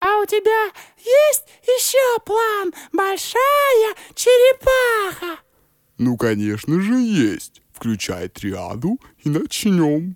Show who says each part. Speaker 1: А у тебя есть еще план «Большая черепаха»?
Speaker 2: Ну, конечно же, есть. Включай триаду и начнем.